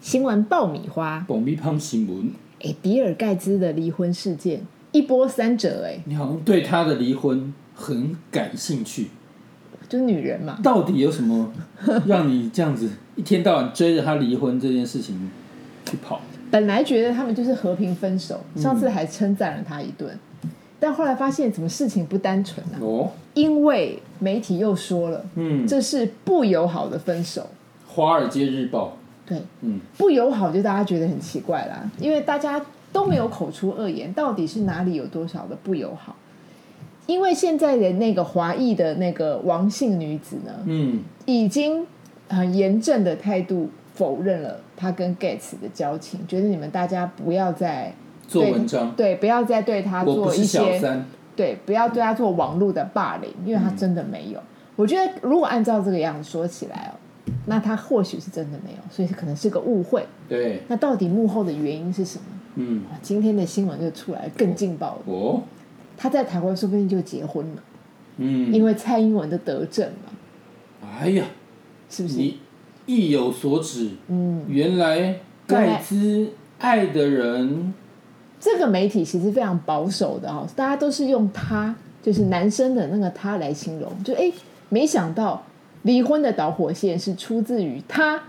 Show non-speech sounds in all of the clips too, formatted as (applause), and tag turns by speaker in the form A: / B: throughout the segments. A: 新闻爆米花，
B: 爆米胖新闻，
A: 哎、比尔盖茨的离婚事件一波三折、哎，
B: 你好像对他的离婚很感兴趣，
A: 就是女人嘛，
B: 到底有什么让你这样子一天到晚追着他离婚这件事情去跑？
A: 本来觉得他们就是和平分手，
B: 嗯
A: 上次还称赞了他一顿，但后来发现怎么事情不单纯啊，
B: 哦，
A: 因为媒体又说了，
B: 嗯，《
A: 这是不友好的分手，
B: 华尔街日报
A: 对，》，
B: 嗯，
A: 不友好就大家觉得很奇怪啦，因为大家都没有口出恶言，到底是哪里有多少的不友好？因为现在的那个华裔的那个王姓女子呢，
B: 嗯，
A: 已经很严正的态度否认了她跟 Gates 的交情，觉得你们大家不要再
B: 做
A: 对
B: 文章，
A: 对，不要再对她
B: 我不
A: 做一
B: 是小
A: 些
B: 三，
A: 对，不要对他做网络的霸凌，因为他真的没有。我觉得如果按照这个样子说起来哦，那他或许是真的没有，所以可能是个误会。
B: 对，
A: 那到底幕后的原因是什么？
B: 嗯，
A: 啊今天的新闻就出来更劲爆了，
B: 哦，
A: 他在台湾说不定就结婚了，
B: 嗯，
A: 因为蔡英文的得政嘛，
B: 哎呀，
A: 是不是？
B: 你意有所指，
A: 嗯，
B: 原来盖茨爱的人，
A: 这个媒体其实非常保守的哦，大家都是用他，就是男生的那个他来形容，就哎，没想到离婚的导火线是出自于他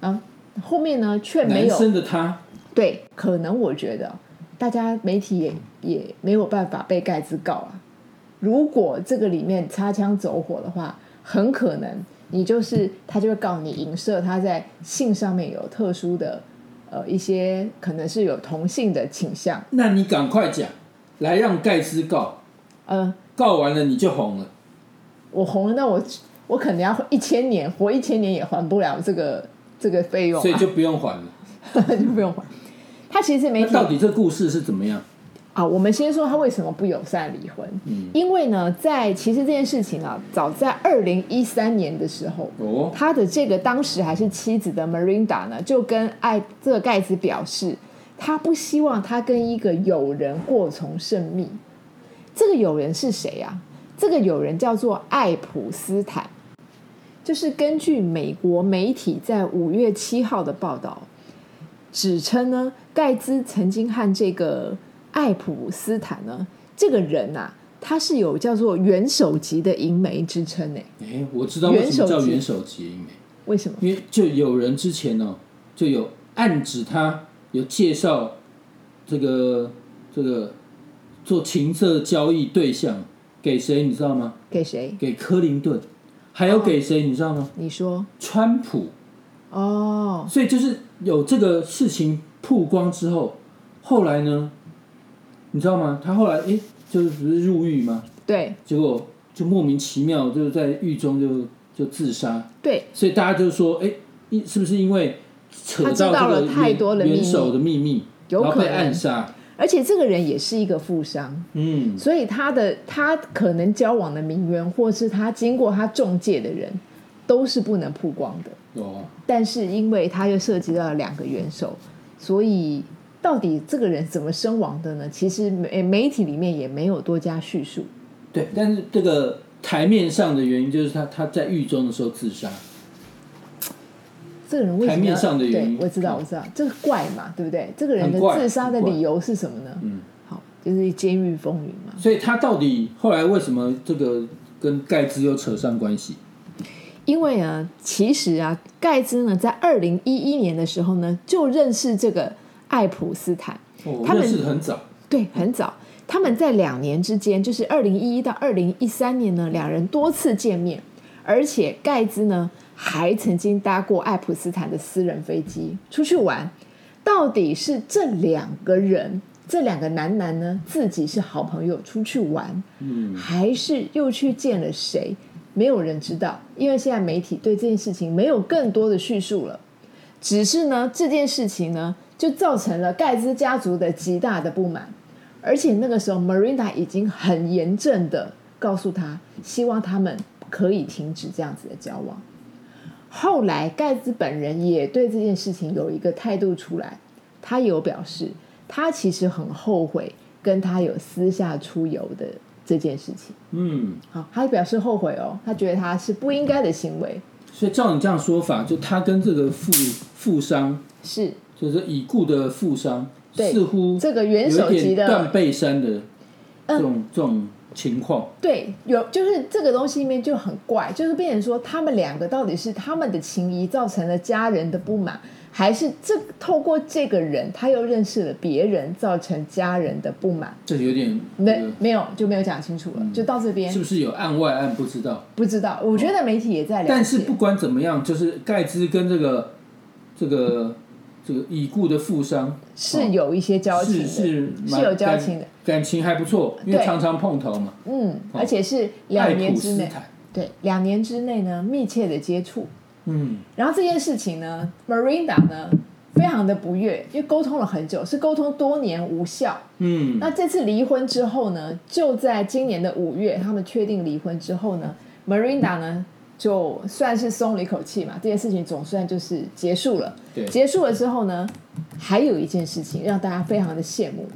A: 啊，后面呢却没
B: 男
A: 有
B: 生的他，
A: 对，可能我觉得大家媒体也也没有办法被盖茨告啊。如果这个里面擦枪走火的话，很可能你就是他就会告你影射他在性上面有特殊的呃一些可能是有同性的倾向，
B: 那你赶快讲，来让盖茨告，
A: 呃，
B: 告完了你就红了。
A: 我红了，那我我可能要一千年，活一千年也还不了这个这个费用、啊，
B: 所以就不用还了。
A: (laughs) 就不用还。他其实媒
B: 那
A: 体
B: 到底这故事是怎么样？
A: 啊，我们先说他为什么不友善离婚，
B: 嗯
A: 因为呢，在其实这件事情啊，早在二零一三年的时候，
B: 哦，
A: 他的这个当时还是妻子的 Marinda 呢，就跟艾这个盖茨表示，他不希望他跟一个友人过从甚密。这个友人是谁啊？这个友人叫做爱普斯坦，就是根据美国媒体在五月七号的报道，指称呢，盖茨曾经和这个爱普斯坦呢，这个人啊，他是有叫做元首级的淫媒之称诶、
B: 哎，我知道为什么叫元首级因为
A: 为什么？
B: 因为就有人之前哦，就有暗指他有介绍这个这个做情色交易对象给谁，你知道吗？
A: 给谁？
B: 给克林顿，还有给谁，你知道吗？
A: 你说
B: 川普。
A: 哦，
B: 所以就是有这个事情曝光之后，后来呢，你知道吗？他后来诶，就是不是入狱吗？
A: 对
B: 结果就莫名其妙就是在狱中就就自杀，
A: 对，
B: 所以大家就说，哎，一是不是因为扯
A: 他知道
B: 到
A: 了
B: 这个
A: 太
B: 元
A: 多的秘密
B: 元首的秘密，
A: 有
B: 然后被
A: 可能
B: 暗杀？
A: 而且这个人也是一个富商，
B: 嗯，
A: 所以他的他可能交往的名媛，或是他经过他中介的人，都是不能曝光的。
B: 哦，
A: 但是因为他又涉及到了两个元首，所以到底这个人怎么身亡的呢？其实媒媒体里面也没有多加叙述。
B: 对，但是这个台面上的原因就是他他在狱中的时候自杀，
A: 这个人为什么要
B: 台面上的原因
A: 对，我知道，我知道，这是怪嘛，对不对？这个人的
B: 很怪
A: 自杀的
B: 很怪
A: 理由是什么呢？
B: 嗯，
A: 好，就是监狱风云嘛。
B: 所以他到底后来为什么这个跟盖茨又扯上关系？
A: 因为啊，其实啊，盖兹呢，在二零一一年的时候呢，就认识这个爱普斯坦，
B: 哦我
A: 他们
B: 认识得很早，
A: 对，很早。他们在两年之间，就是二零一一到二零一三年呢，两人多次见面，而且盖兹呢还曾经搭过爱普斯坦的私人飞机出去玩。到底是这两个人，这两个男男呢，自己是好朋友出去玩，
B: 嗯，
A: 还是又去见了谁？没有人知道，因为现在媒体对这件事情没有更多的叙述了。只是呢，这件事情呢，就造成了盖茨家族的极大的不满。而且那个时候，Marina 已经很严正的告诉他，希望他们可以停止这样子的交往。后来，盖茨本人也对这件事情有一个态度出来，他有表示，他其实很后悔跟他有私下出游的这件事情。
B: 嗯，
A: 好，他表示后悔哦，他觉得他是不应该的行为。
B: 所以照你这样说法，就他跟这个富富商
A: 是
B: 就是已故的富商，
A: 对
B: 似乎
A: 这个元首
B: 有一
A: 级的嗯
B: 点断背山的这种、这种情况。
A: 对，有就是这个东西里面就很怪，就是变成说他们两个到底是他们的情谊造成了家人的不满，还是这透过这个人他又认识了别人，造成家人的不满？
B: 这有点呃
A: 没没有就没有讲清楚了，
B: 嗯
A: 就到这边
B: 是不是有案外案不知道？
A: 不知道。我觉得媒体也在了解，
B: 但是不管怎么样，就是盖茨跟这个这个这个已故的富商
A: 是有一些交情
B: 是
A: 的，
B: 是蛮
A: 是有交情的，
B: 感感情还不错，因为
A: 对
B: 常常碰头嘛。
A: 嗯，而且是
B: 哦爱
A: 两年
B: 普
A: 之
B: 斯
A: 内，
B: 坦，
A: 对，两年之内呢密切的接触，
B: 嗯，
A: 然后这件事情呢，Marinda 呢非常的不悦，因为沟通了很久，是沟通多年无效。
B: 嗯，
A: 那这次离婚之后呢，就在今年的五月，他们确定离婚之后呢，Marinda 呢就算是松了一口气嘛，这件事情总算就是结束了。
B: 对，
A: 结束了之后呢，还有一件事情让大家非常的羡慕。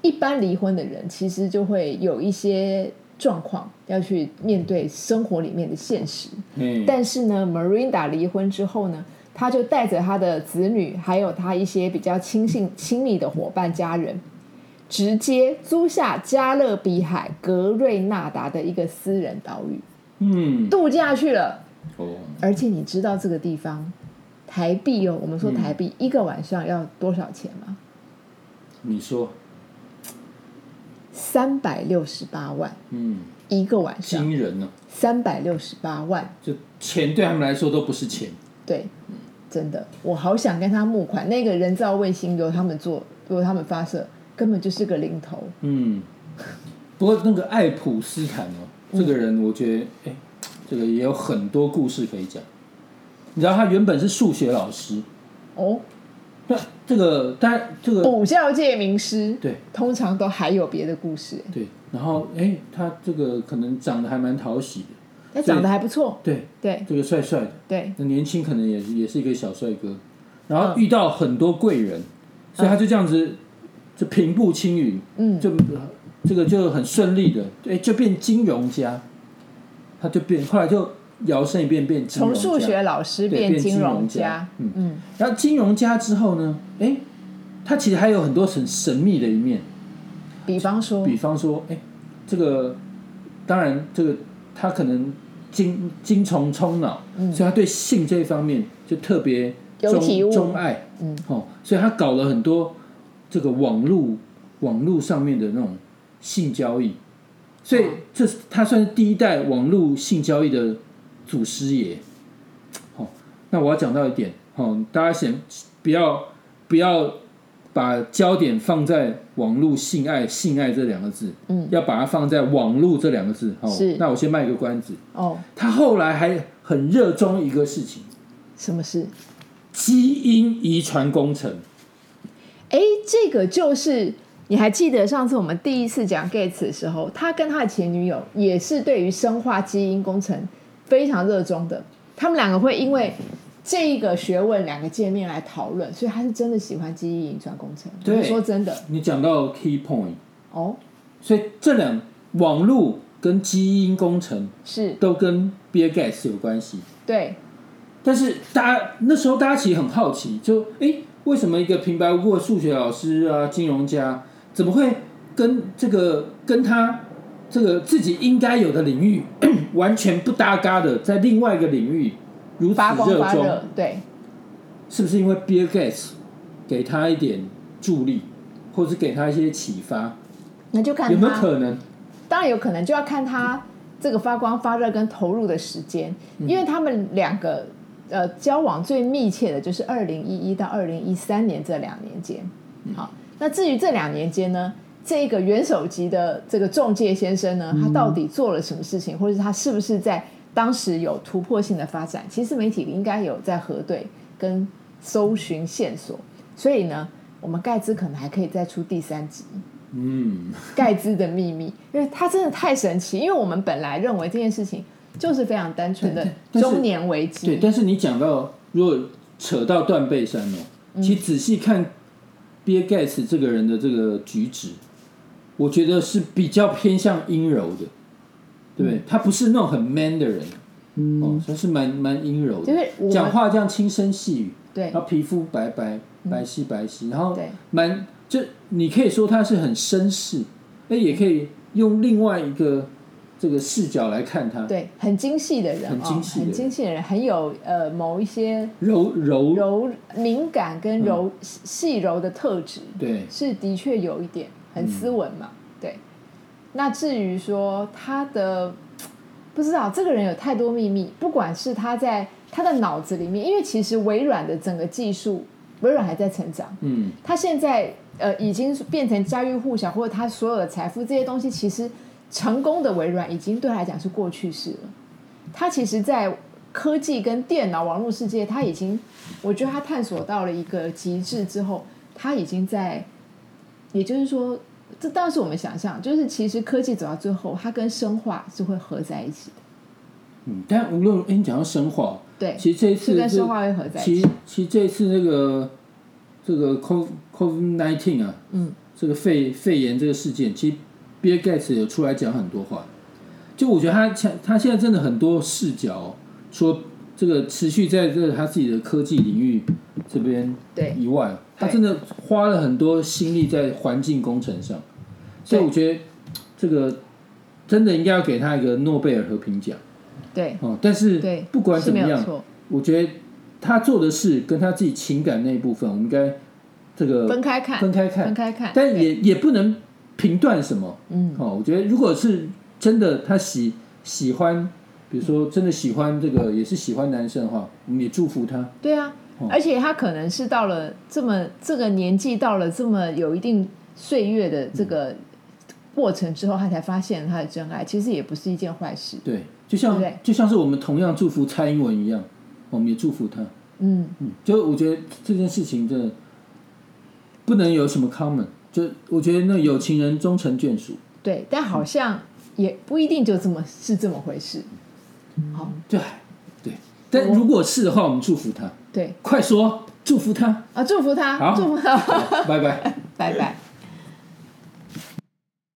A: 一般离婚的人其实就会有一些状况要去面对生活里面的现实，
B: 嗯，
A: 但是呢，Marinda 离婚之后呢，她就带着她的子女，还有她一些比较亲信亲密的伙伴家人，直接租下加勒比海格瑞纳达的一个私人岛屿
B: 嗯，
A: 度假去了。
B: 哦，
A: 而且你知道这个地方台币哦，我们说台币、一个晚上要多少钱吗？
B: 你说，
A: 三百六十八万
B: 嗯，
A: 一个晚上，
B: 惊人哦呢、
A: 三百六十八万，
B: 就钱对他们来说都不是钱，
A: 对，真的，我好想跟他募款。那个人造卫星由他们做，由他们发射，根本就是个零头。
B: 嗯，不过那个爱普斯坦哦，这个人我觉得，哎，这个也有很多故事可以讲。你知道他原本是数学老师，
A: 哦，
B: 那这个但这个
A: 补教界名师，
B: 对
A: 通常都还有别的故事，
B: 对，然后哎，他这个可能长得还蛮讨喜的，
A: 他哎长得还不错，
B: 对，
A: 对
B: 这个帅帅的，
A: 对，
B: 那年轻可能也是也是一个小帅哥，
A: 嗯
B: 然后遇到很多贵人，所以他就这样子就平步青云，
A: 嗯，
B: 就这个就很顺利的，哎，就变金融家，他就变，后来就摇身一变变金融
A: 从
B: 家。
A: 数学老师
B: 对
A: 变
B: 变
A: 金
B: 金
A: 融
B: 融家
A: 家，
B: 嗯
A: 嗯，
B: 然后金融家之后呢，哎，他其实还有很多很神秘的一面，
A: 比方说，
B: 比方说，哎，这个当然这个他可能精精虫充脑，所以他对性这一方面就特别
A: 嗯有体悟
B: 钟钟爱，
A: 嗯，
B: 哦，所以他搞了很多这个网络网络上面的那种性交易，所
A: 哦
B: 以这是他算是第一代网络性交易的祖师爷。哦，那我要讲到一点，哦，大家先不要不要把焦点放在网络性爱性爱这两个字，
A: 嗯，
B: 要把它放在网络这两个字。哦
A: 是，
B: 那我先卖个关子。
A: 哦，
B: 他后来还很热衷一个事情，
A: 什么事？
B: 基因遗传工程。
A: 哎，这个就是你还记得上次我们第一次讲 Gates 的时候，他跟他的前女友也是对于生化基因工程非常热衷的，他们两个会因为这个学问两个见面来讨论，所以他是真的喜欢基因遗传工程。
B: 对
A: 我说真的
B: 你讲到 key point，
A: 哦，
B: 所以这两网络跟基因工程
A: 是
B: 都跟 Bill Gates 有关系。
A: 对，
B: 但是大家那时候大家其实很好奇，就诶，为什么一个平白无故的数学老师啊、金融家，怎么会跟这个跟他这个自己应该有的领域 (coughs) 完全不搭嘎的，在另外一个领域如此
A: 发光
B: 热
A: 发
B: 衷？
A: 热，对，
B: 是不是因为 Bill Gates 给他一点助力，或是给他一些启发？
A: 那就看
B: 有没有
A: 他
B: 可能？
A: 当然有可能就要看他这个发光发热跟投入的时间，
B: 嗯
A: 因为他们两个呃交往最密切的就是二零一一到二零一三年这两年间。
B: 嗯
A: 好，那至于这两年间呢，这个元首级的这个中介先生
B: 嗯
A: 呢，他到底做了什么事情，或者他是不是在当时有突破性的发展？其实媒体应该有在核对跟搜寻线索，所以呢，我们盖茨可能还可以再出第三集。
B: 嗯，
A: 盖茨的秘密，因为他真的太神奇。因为我们本来认为这件事情就是非常单纯的
B: 对但是
A: 中年危
B: 对。
A: 机，
B: 但是你讲到如果扯到断背山哦，
A: 嗯
B: 其实仔细看 Bill Gates 这个人的这个举止，我觉得是比较偏向阴柔的，
A: 嗯
B: 对不对？他不是那种很 man 的人，哦，他是蛮蛮阴柔
A: 就是
B: 的，
A: 我们
B: 讲话这样轻声细语，
A: 对嗯
B: 然后皮肤白白白皙白皙，然后
A: 对
B: 蛮就你可以说他是很绅士，那也可以用另外一个这个视角来看他，
A: 对，很精细的人，
B: 很精
A: 哦，
B: 细的
A: 很精细的人，很有呃某一些
B: 柔柔
A: 柔敏感跟柔细柔的特质，
B: 对嗯
A: 是的确有一点很斯文嘛，对。那至于说他的，不知道这个人有太多秘密，不管是他在他的脑子里面，因为其实微软的整个技术，微软还在成长，
B: 嗯
A: 他现在呃已经变成家喻户晓，或者他所有的财富这些东西，其实呃成功的微软已经对他来讲是过去式了。他其实，在科技跟电脑网络世界，他已经，我觉得他探索到了一个极致之后，他已经在，也就是说，这当然是我们想象，就是其实科技走到最后，它跟生化是会合在一起的，
B: 嗯，但无论哎你讲到生化，
A: 对，
B: 其实这一次
A: 是跟
B: 这
A: 生化会合在一
B: 其
A: 起，
B: 其实这次那个这个 COVID COVID nineteen 啊，
A: 嗯，
B: 这个肺肺炎这个事件，其实 Bill Gates 有出来讲很多话。就我觉得他现他现在真的很多视角，说这个持续在这个他自己的科技领域这边
A: 对
B: 以外，他
A: 对
B: 真的花了很多心力在环境工程上，所以
A: 对
B: 我觉得这个真的应该要给他一个诺贝尔和平奖
A: 对
B: 哦。但是
A: 对，
B: 不管怎么
A: 是没
B: 样
A: 有，错，
B: 我觉得他做的事跟他自己情感那一部分，我们应该这个
A: 分开看，
B: 分开看
A: 分，开看，
B: 但
A: 对
B: 也也不能评断什么。
A: 嗯
B: 哦，我觉得如果是真的他喜喜欢，比如说真的喜欢这个，也是喜欢男生的话，我们也祝福他。
A: 对啊，
B: 哦
A: 而且他可能是到了这么这个年纪，到了这么有一定岁月的这个过程之后，他才发现他的真爱，其实也不是一件坏事。
B: 对，就像
A: 对
B: 就像是我们同样祝福蔡英文一样，我们也祝福他。
A: 嗯，
B: 嗯，就我觉得这件事情真的不能有什么 common，就我觉得那有情人终成眷属。
A: 对，但好像也不一定就这么是这么回事。好，
B: 对，对，但如果是的话，我们祝福他。
A: 对
B: 快说，祝福他。
A: 啊，祝福
B: 好
A: 他，祝福他，
B: 拜拜。
A: 拜拜。